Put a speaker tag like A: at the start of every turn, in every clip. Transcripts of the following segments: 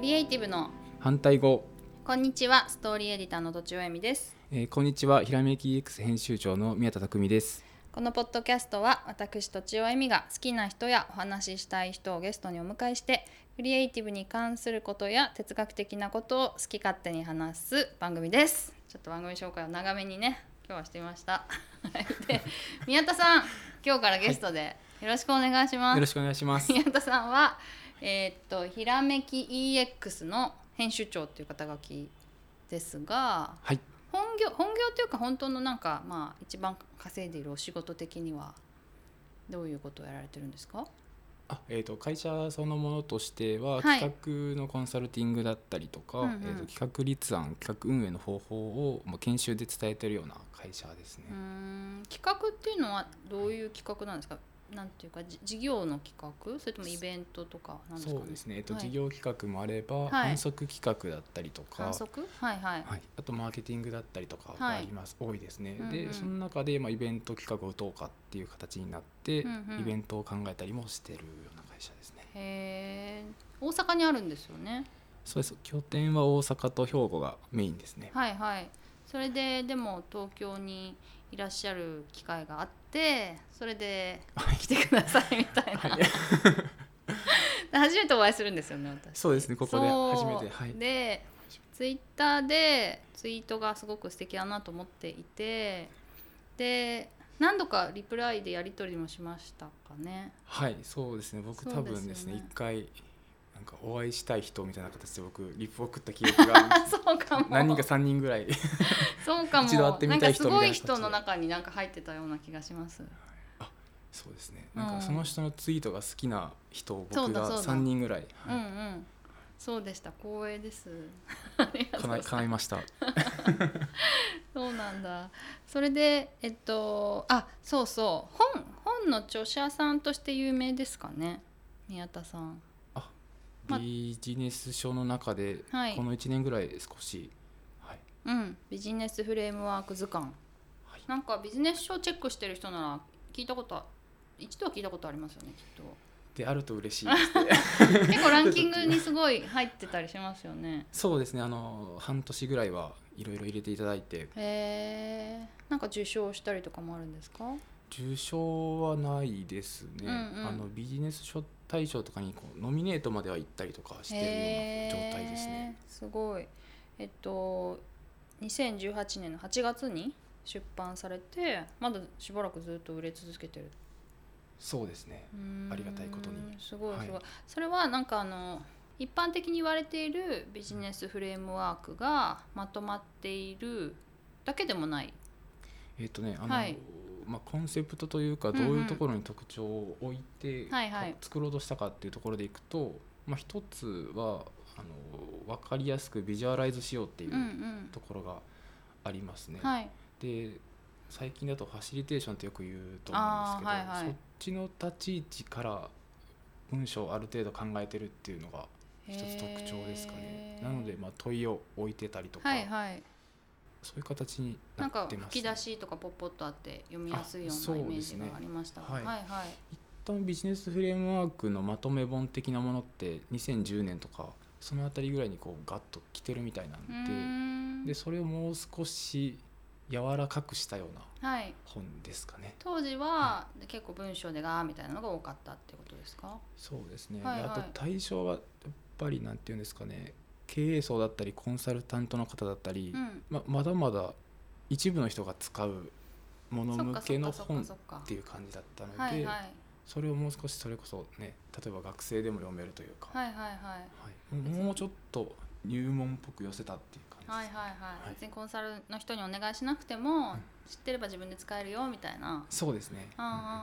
A: リエイティブの
B: 反対語、
A: こんにちはストーリーエディターのとちおえみです
B: えーこんにちはひらめき X 編集長の宮田匠です
A: このポッドキャストは私とちおえみが好きな人やお話ししたい人をゲストにお迎えしてクリエイティブに関することや哲学的なことを好き勝手に話す番組ですちょっと番組紹介を長めにね今日はしてみました はいで宮田さん今日からゲストでよろしくお願いします、
B: よろしくお願いします
A: 宮田さんは、えーっとひらめき EX の編集長という肩書きですが
B: はい
A: 本業本業というか本当のなんか、まあ、一番稼いでいるお仕事的にはどういうことをやられてるんですか
B: あえー、と会社そのものとしては、
A: はい
B: 企画のコンサルティングだったりとか、
A: うんうん
B: えー、と企画立案企画運営の方法を、まあ、研修で伝えてるような会社ですね
A: うー、ん企画っていうのはどういう企画なんですかなんていうかじ事業の企画それともイベントとかなんですか、ね、
B: そうですね、えーと
A: はい
B: 事業企画もあれば、
A: はい
B: 反則企画だったりとか、
A: 観測はいはい、
B: はい、あとマーケティングだったりとか
A: は
B: が
A: い
B: あります、多いですね、
A: うんうん
B: でその中で、まあ、イベント企画を打とうかっていう形になって、
A: うんうん
B: イベントを考えたりもしてるような会社ですね
A: へえ大阪にあるんですよね
B: そうです拠点は大阪と兵庫がメインですね、
A: はいはいそれででも東京にいらっしゃる機会があってそれで来てくださいみたいな、
B: はい
A: 初めてお会いするんですよね私
B: そうですねここで初め
A: そう
B: てはい
A: でツイッターでツイートがすごく素敵だなと思っていてで何度かリプライでやり取りもしましたかね
B: はいそうですね僕
A: そう
B: 多分で
A: ですす
B: ね
A: よ
B: 一、
A: ね
B: 回なんかお会いしたい人みたいな形で僕リップを送った記憶が
A: あそうかも
B: 何人か3人ぐらい
A: そうかも
B: 一度会ってみたい人みたいな
A: なんかすごい人の中になんか入ってたような気がします
B: そうですねなんかその人のツイートが好きな人を
A: そう
B: 僕
A: だそう
B: が
A: だ
B: 3人ぐらい、
A: うんう
B: はい
A: ん、そうでした光栄 です。ありがとう
B: 叶い叶いました
A: そうなんだ。それでえっとあそうそう本本の著者さんとして有名ですかね宮田さん。 ま
B: ビジネス書の中で
A: はい
B: この1年ぐらい少し、はい
A: うんビジネスフレームワーク図鑑。
B: はい
A: なんかビジネス書チェックしてる人なら聞いたことは一度は聞いたことありますよねきっ
B: である と嬉しいです
A: と。結構ランキングにすごい入ってたりしますよね。
B: そうですねあの半年ぐらいはいろいろ入れていただいて
A: へえ。なんか受賞したりとかもあるんですか？
B: 受賞はないですね、
A: うんうん
B: あのビジネス書大賞とかにこうノミネートまでは行ったりとかしてるような状態ですね。
A: へーすごい。えっと2018年の8月に出版されてまだしばらくずっと売れ続けてる。
B: そうですね
A: うーん
B: ありがたいことに
A: すごいす
B: は
A: ご
B: い
A: い。それはなんかあの一般的に言われているビジネスフレームワークがまとまっているだけでもない。
B: えっ、とねあの、
A: はい
B: まあ、コンセプトというか
A: うん
B: ど
A: う
B: うんいうところに特徴を置いて、
A: はいはい
B: か作ろうとしたかっていうところでいくと、まあ、一つはあの分かりやすくビジュアライズしようってい
A: うんう。
B: うんところがありますね。
A: はい。
B: で最近だとファシリテーションってよく言うと思うんですけど、
A: あーはいはい
B: そっちの立ち位置から文章をある程度考えてるっていうのが一つ特徴ですかね
A: へ。ー
B: なので、まあ、問いを置いてたりとか、
A: はいはい。
B: そういう形にな
A: なん
B: っ
A: か
B: て
A: 吹
B: ます、
A: き出しとかポッポッとあって読みやすいよ
B: あそうう
A: な
B: で
A: イ
B: すね
A: メージがありましたが。
B: はい
A: はいはい。
B: 一旦ビジネスフレームワークのまとめ本的なものって2010年とかその辺りぐらいにこうガッと来てるみたいな
A: うー
B: んで,、
A: ん
B: でそれをもう少し柔らかくしたような
A: はい。
B: 本ですかね。
A: 当時は結構文章でガーみたいなのが多かったってことですか
B: そうですね、
A: はいはい
B: であと対象はやっぱりなんて言うんですかね経営層だったりコンサルタントの方だったり、
A: うん
B: ままだまだ一部の人が使うもの
A: そっ
B: 向
A: か
B: け
A: そっ
B: の
A: かそっ
B: 本
A: か
B: っ
A: そっか
B: ていう感じだったので、
A: はいはい
B: それをもう少しそれこそね例えば学生でも読めるというか、
A: はいはいはい
B: はいもうちょっと入門っぽく寄せたっていう感
A: はいはい
B: じです、
A: はい
B: はい
A: 別にコンサルの人にお願いしなくても
B: うん
A: 知ってれば自分で使えるよみたいな
B: そうですね
A: ああああ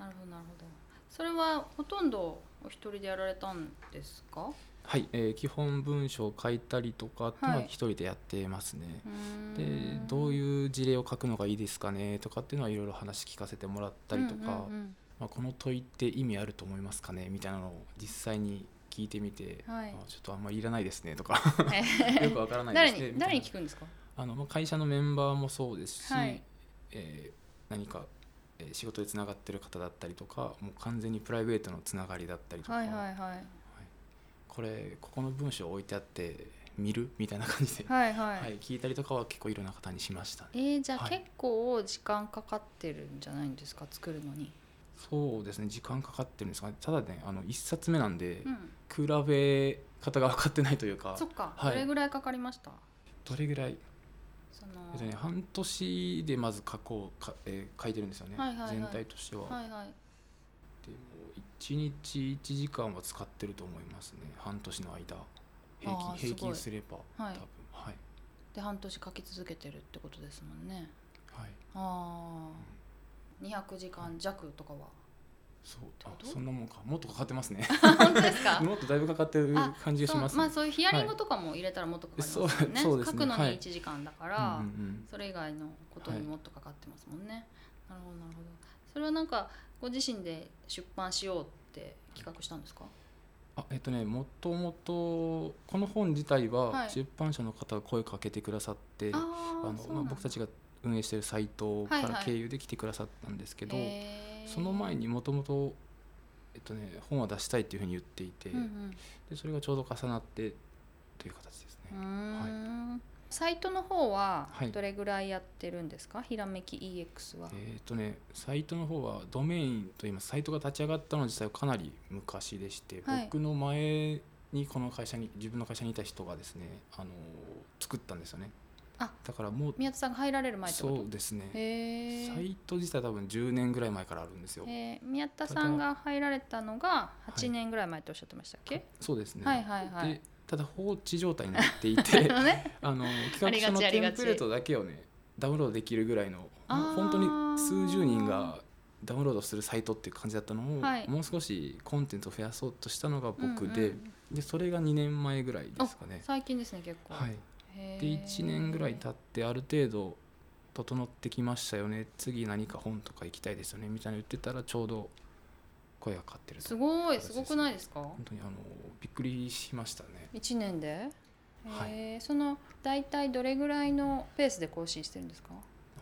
A: ああなるほどなるほどそれはほとんどお一人でやられたんですか
B: はい、えー基本文章を書いたりとかっていうのは
A: はい
B: 一人でやってますね、
A: うー
B: で
A: ん
B: どういう事例を書くのがいいですかねとかっていうのはいろいろ話聞かせてもらったりとか、
A: うんうん
B: まあ、この問いって意味あると思いますかねみたいなのを実際に聞いてみて、
A: はい
B: あちょっとあんまりいらないですね とか
A: うんえー
B: よくわからないで
A: 誰
B: すね
A: に
B: みたいな
A: 誰に聞くんですか
B: あの、まあ、会社のメンバーもそうですし、
A: はい
B: えー何か、えー仕事でつながってる方だったりとかもう完全にプライベートのつながりだったりとか、
A: はいはいはい
B: ここれここの文章置いてあって見るみたいな感じで、
A: はいはい、
B: はい、聞いたりとかは結構いろんな方にしましたね
A: えー、じゃあ
B: はい
A: 結構時間かかってるんじゃないんですか作るのに、
B: そうですね時間かかってるんですかねただねあの1冊目なんで、
A: うん、
B: 比べ方が分かってないというか
A: そっか、
B: はい
A: どれぐらいかかりました
B: どれぐらい、
A: そ
B: えっと
A: の、
B: ね、半年でまず書こうか、えー書いてるんですよね、
A: はいはいはい
B: 全体としては、
A: はいはい
B: でも1日1時間は使ってると思いますね半年の間平
A: あー
B: 均平
A: すごい
B: 均すれば、
A: はい
B: 多分はい、
A: で半年書き続けてるってことですもんね
B: はい、
A: ああ200時間弱とかは
B: そう
A: ど
B: あ
A: う
B: そんなもんかもっとかかってますね
A: 本当ですか
B: もっとだいぶかかってる
A: あ
B: 感じがします
A: そうまあ
B: ね
A: そういうヒアリングとかも入れたらもっとかかりますもんね,、
B: はいそうそうです
A: 書
B: ね
A: くのに
B: はい
A: 1時間だから、
B: うんうん
A: それ以外のことにもっとかかってますもんね、なるほどなるほどそれはなんかご自身で出版しようって企画したんですか
B: あえっとねもともとこの本自体
A: は
B: はい出版社の方が声かけてくださって、
A: あ
B: あの
A: あ
B: まあ、僕たちが運営してるサイトか
A: はいは
B: ら
A: い
B: 経由で来てくださったんですけ
A: け
B: ど、その前にもともとえっとね本は出したいっていうふうに言っていて、
A: うんうん
B: でそれがちょうど重なってという形です
A: うー
B: ね、
A: んサイトの方は
B: はい
A: どれぐらいやってるんですか、ひらめき EX は、
B: えっ、とねサイトの方はドメインと今サイトが立ち上がったの自体はかなり昔でして、
A: はい
B: 僕の前にこの会社に自分の会社にいた人がですねあの作ったんですよね
A: あ
B: だからもう
A: 宮田さんが入られる前ってこ
B: そう
A: と
B: ですね
A: へ
B: サ
A: ー
B: イト自体多分10年ぐらい前からあるんですよ
A: えー宮田さんが入られたのが
B: い
A: 8年ぐらい前とおっしゃってましたっけ、
B: そうですね、
A: はいはいはい
B: でただ放置状態になっていて
A: あのね
B: あの企画書の
A: ありがちあり
B: テ
A: が
B: ン
A: ち
B: プレートだけをねダウンロードできるぐらいの
A: あー
B: 本当に数十人がダウンロードするサイトっていう感じだったのを、
A: はい
B: もう少しコンテンツを増やそうとしたのが僕
A: うん
B: で,、
A: うん
B: でそれが2年前ぐらいですかね。
A: 最近ですね結構、
B: はい、
A: へー
B: で1年ぐらい経ってある程度整ってきましたよね次何か本とか行きたいですよねみたいなの言ってたらちょうど声がかかってると
A: すごいすごくないですか
B: 本当にあのびっくりしましたね。
A: 1年で、
B: は
A: えーその大体どれぐらいのペースで更新してるんですか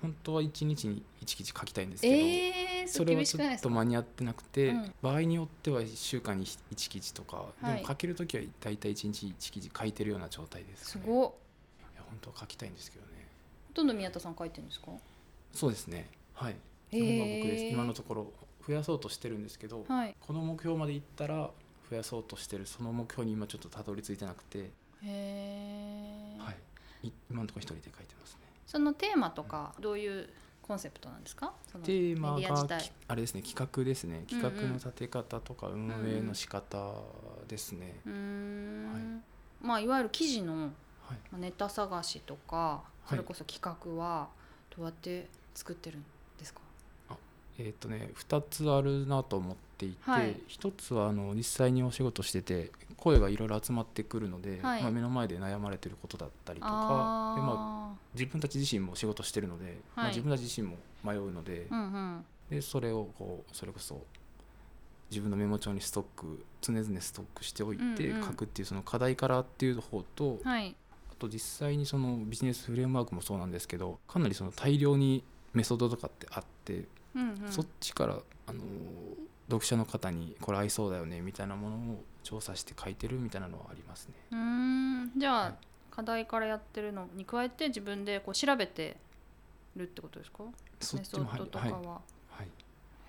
B: 本当は1日に1記事書きたいんですけど、
A: えー、そ
B: そ
A: れ
B: れ
A: 厳
B: は
A: し
B: ち
A: く
B: ょ
A: ないで
B: っ
A: すか
B: と間に合ってなくて、
A: うん
B: 場合によっては1週間に1記事とか、
A: はい
B: でも書ける時は大体1日1記事書いてるような状態です
A: す
B: かね
A: ごいほ
B: いや本当は書きたいんですけどね
A: とんど宮田さん書いてるんですか
B: そうですねはい
A: へ
B: そ
A: ー
B: の方が僕です今のところ増やそうとしてるんですけど、
A: はい
B: この目標までいったら増やそうとしてるその目標に今ちょっとたどり着いてなくて、
A: へー
B: はい、い今のところ一人で書いてますね
A: そのテーマとかどういうコンセプトなんですかその
B: テーマ
A: メディア自
B: が
A: 体
B: きあれですね企画ですね企
A: うんう
B: 画
A: ん
B: の立て方とか運営の仕方ですね、
A: うーん、
B: はい
A: い、まあいわゆる記事の
B: はい
A: まあネタ探しとか
B: い
A: それこそ企画はどうやって作ってるんですか、
B: えーっとね2つあるなと思っていて、
A: はい
B: 1つはあの実際にお仕事してて声がいろいろ集まってくるので、
A: はい
B: まあ、目の前で悩まれてることだったりとか
A: あ
B: で、
A: ー
B: まあ、自分たち自身も仕事してるので、ま
A: は
B: あ
A: い
B: 自分たち自身も迷うので,、
A: うんうん
B: でそれをこうそれこそ自分のメモ帳にストック常々ストックしておいて
A: うんうん
B: 書くっていうその課題からっていう方と、あ
A: はい
B: と実際にそのビジネスフレームワークもそうなんですけどかなりその大量にメソッドとかってあって
A: うんうん、
B: そっちから、あのー読者の方にこれ合いそうだよねみたいなものを調査して書いてるみたいなのはありますね。
A: うーんじゃあ、
B: はい
A: 課題からやってるのに加えて自分でこう調べてるってことですか
B: そっ
A: メ
B: ち
A: ソッ
B: もはい
A: ドとか
B: はい
A: は、
B: はい、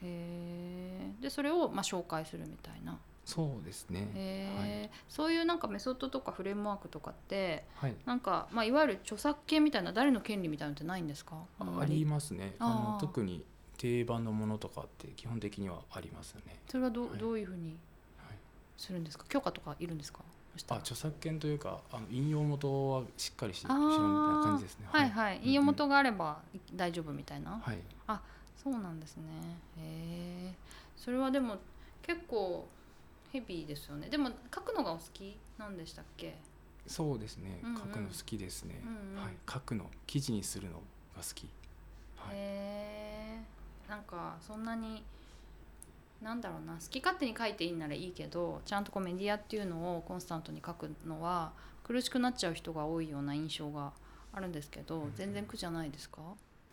A: へえでそれをまあ紹介するみたいな
B: そうですね。
A: へえ、そういうなんかメソッドとかフレームワークとかって
B: はい、
A: なんか、まあ、いわゆる著作権みたいな誰の権利みたいなのってないんですか
B: あ
A: んま
B: ありますね。あ
A: あー
B: の特に定番のものとかって基本的にはありますよね。
A: それはど,、う
B: はい
A: どういうふうにするんですか許可とかいるんですかそした
B: あ
A: ら
B: 著作権というかあの引用元はしっかりししろ
A: あ
B: みたいな感じですね。
A: ーはいはい、引用元
B: が、
A: があれば大丈夫みたいな、
B: うんはい
A: そうなんですねへえそれはでも結構ヘビーですよねでも書くのがお好きなんでしたっけ
B: そうですね、
A: うんうん
B: 書くの好きですね、
A: うんうん
B: はい、書くの記事にするのが好き、は
A: へ
B: い
A: えなんかそんなになんだろうな好き勝手に書いていいんならいいけどちゃんとこうメディアっていうのをコンスタントに書くのは苦しくなっちゃう人が多いような印象があるんですけど、
B: うんうん
A: 全然苦じゃないですか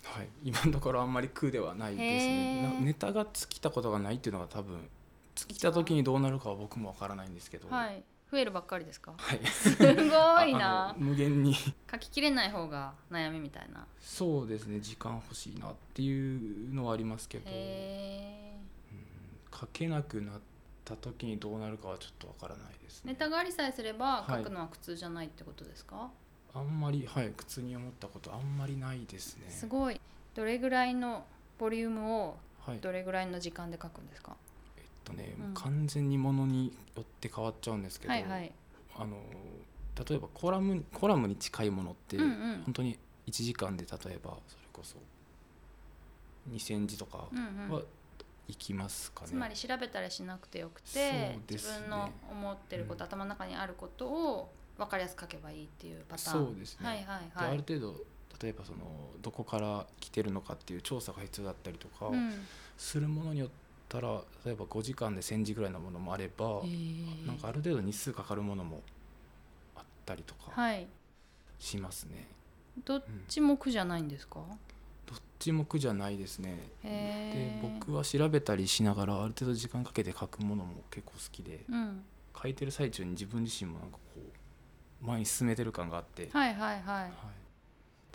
B: はい、今のところあんまり苦ではないです
A: へ
B: ね
A: ー
B: なネタが尽きたことがないっていうのが多分尽きた時にどうなるかは僕もわからないんですけど、
A: はい増えるばっかりですか
B: はい
A: すごい
B: あ
A: な
B: の無限に
A: 書ききれない方が悩みみたいな
B: そうですね時間欲しいなっていうのはありますけど、
A: へえ
B: うん書けなくなった時にどうなるかはちょっとわからないですね
A: ネタがありさえすれば
B: はい
A: 書くのは苦痛じゃないってことですか、
B: あんまりはい苦痛に思ったことあんまりないですね
A: すごいどれぐらいのボリュームを
B: はいえっ
A: どれぐらいの時間で書くんですか、
B: とね、
A: うん
B: 完全にものによって変わっちゃうんですけど、
A: はいはい
B: あの例えばコラムコラムに近いものって、
A: うんうん
B: 本当に1時間で例えばそれこそ2,000字とか
A: うんう
B: は
A: ん
B: いきますかね、
A: つまり調べたりしなくてよく
B: そう
A: て、
B: ですね
A: 自分の思ってること、
B: うん
A: 頭の中にあることを分かりやすく書けばいいっていうパターン
B: そうですね
A: はいはい
B: であ
A: は
B: る
A: い
B: 程度例えばそのどこから来てるのかっていう調査が必要だったりとか
A: うん
B: するものによったら例えば5時間で1,000字ぐらいのものもあれば、
A: えー
B: なんかある程度日数かかるものもあったりとか
A: はい
B: しますね。
A: どっちも苦じゃないんですか、
B: どっちも苦じゃないですね。で
A: へー
B: 僕は調べたりしながらある程度時間かけて書くものも結構好きで
A: うん、
B: 書いてる最中に自分自身もなんかこう前に進めてる感があって、
A: はいはいはい
B: はい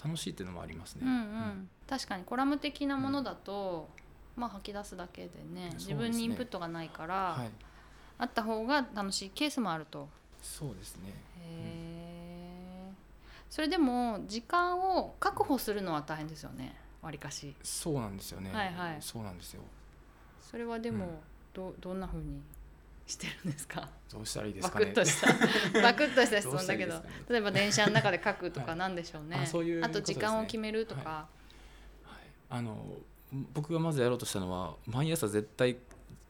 B: 楽しいっていうのもありますね。
A: うんうん
B: うん
A: 確かにコラム的なものだと、まあ吐き出すだけでね
B: そうです
A: 自
B: ね
A: 分にインプットがないから、
B: はい、
A: あった方が楽しいケースもあると
B: そうですね。
A: へえそれでも時間を確保するのは大変ですよねわりかし
B: そうなんですよね。
A: はいはい
B: そうなんですよ。
A: それはでも、
B: うん
A: どどんな風にしてるんですか
B: どうしたらいいです
A: バ
B: か
A: ク
B: ね。
A: ッと したバクッとした質
B: どう
A: 問
B: した
A: だ
B: ら
A: け
B: いいで
A: ど
B: すかね
A: 例えば電車の中で書くと
B: は
A: か
B: い
A: なんでしょうね、
B: あそういう
A: あと時間を決めると
B: ことですね
A: か、
B: はい、あの僕がまずやろうとしたのは毎朝絶対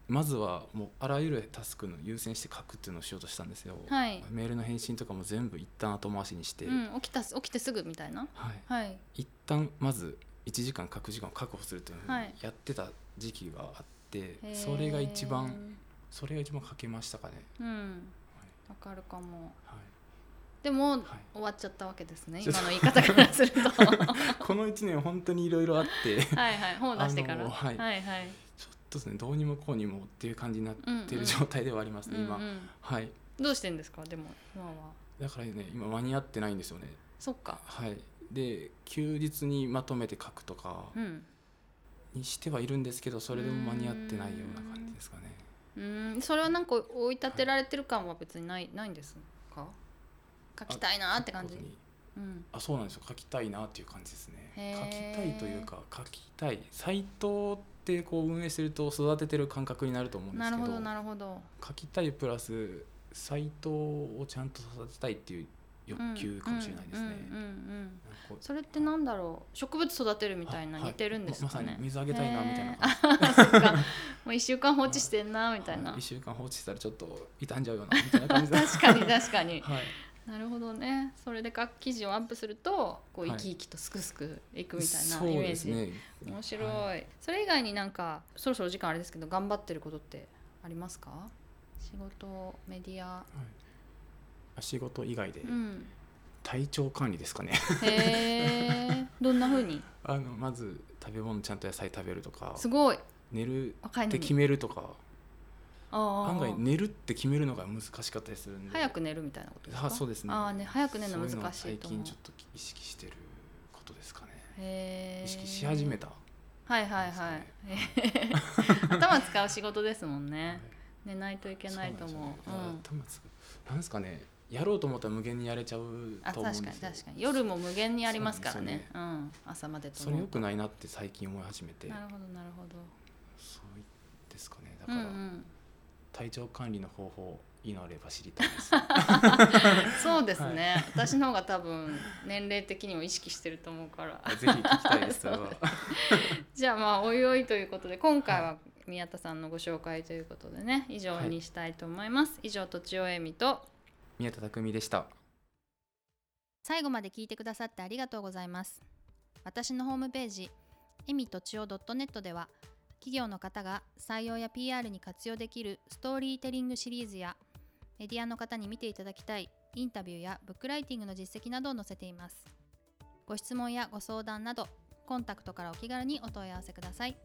B: まずはもうあらゆるタスクの優先して書くっていうのをしようとしたんですよ、
A: はい
B: メールの返信とかも全部一旦後回しにして、
A: うん、起きたす起きてすぐみたいな
B: はい、
A: はい
B: 一旦まず1時間書く時間を確保するっていうのを
A: はい
B: やってた時期があって、それが一番それが一番書けましたかね、
A: へーうん
B: はい
A: わかるかも
B: は
A: でも、
B: いはい
A: 終わっちゃったわけですね
B: ちょっ
A: 今
B: と
A: の言い方からする とは
B: この1年本当にいろいろあってちょっ
A: いはい本を出してから、
B: あのはい
A: はいはい
B: とですねどうにもこうにもっていう感じになっ
A: うんうん
B: てる状態ではありますね、今、
A: うんうん
B: はい
A: どうしてんですかでも今は
B: だからね今間に合ってないんですよね
A: そっか
B: はいで休日にまとめて書くとか
A: うん
B: にしてはいるんですけどそれでも間に合ってないような感じですかね
A: うんそれはなんか追い立てられてる感は別にないないんですか書きたいなって感じ
B: 書くことに
A: うん
B: あそうなんですよ書きたいなっていう感じですね
A: へ
B: 書
A: ー
B: きたいというか書きたいサイトってこう運営してると育ててる感覚になると思うんで
A: な
B: す
A: る
B: け
A: ほ
B: ど
A: どなるほど
B: 書きたいプラスサイトをちゃんと育てたいっていう欲求かもしれないですね、
A: うんうんうんうん
B: なんかこう
A: それってなんだろう植物育てるみたいな
B: あはい
A: 似てるんですかね、
B: ままさに水あげたいなみたいな感じ
A: な そっかもう1週間放置してんなみたいな
B: 1週間放置したらちょっと傷んじゃうようなみたいな感じ だ
A: 確かに確かに
B: はい、
A: なるほどねそれで各記事をアップするとこう
B: は
A: 生
B: い
A: き生きとすくすくいくみたいなイメージ、
B: そうですね
A: 面白い、
B: はい
A: それ以外になんかそろそろ時間あれですけど頑張ってることってありますか仕事メディア
B: 仕事以外で
A: うん
B: 体調管理ですかね
A: へ えどんな風に
B: あのまず食べ物ちゃんと野菜食べるとか
A: すごい
B: 寝る
A: 若い
B: っ
A: の
B: て決
A: に
B: めるとか
A: ああ
B: 案外寝るって決めるのが難しかったりするんで
A: 早く寝るみたいなことですか
B: あそうですね
A: ああね早く寝るの
B: そういう
A: 難しいと思う
B: 最近ちょっと意識してることですかね
A: へえ
B: 意識し始めた、
A: はいはいはい 頭使う仕事ですもん
B: はい
A: ね寝ないといけないと思う
B: そうなんですよね頭つくなんですかねやろうと思ったら無限にやれちゃうと思うん
A: うん、あ確
B: です
A: か
B: よ
A: に確かに夜も無限にありますからね
B: そうなんで
A: うん、朝までと
B: そ
A: 思う
B: れ良
A: と
B: くないなって最近思い始めて
A: なるほどなるほど
B: そうですかねだ
A: う
B: か
A: ん
B: ら、
A: うん
B: 体調管理の方法いいのあれば知りたい です
A: そうですね、私の方が多分年齢的にも意識してると思うから
B: ぜひ聞きたいですそれは
A: じゃあまあおいおいということで今回は宮田さんのご紹介ということでね以上にしたいと思います、以上とちおえみと
B: 宮田匠でした
A: 最後まで聞いてくださってありがとうございます私のホームページえみとちお .net では企業の方が採用や PR に活用できるストーリーテリングシリーズやメディアの方に見ていただきたいインタビューやブックライティングの実績などを載せていますご質問やご相談などコンタクトからお気軽にお問い合わせください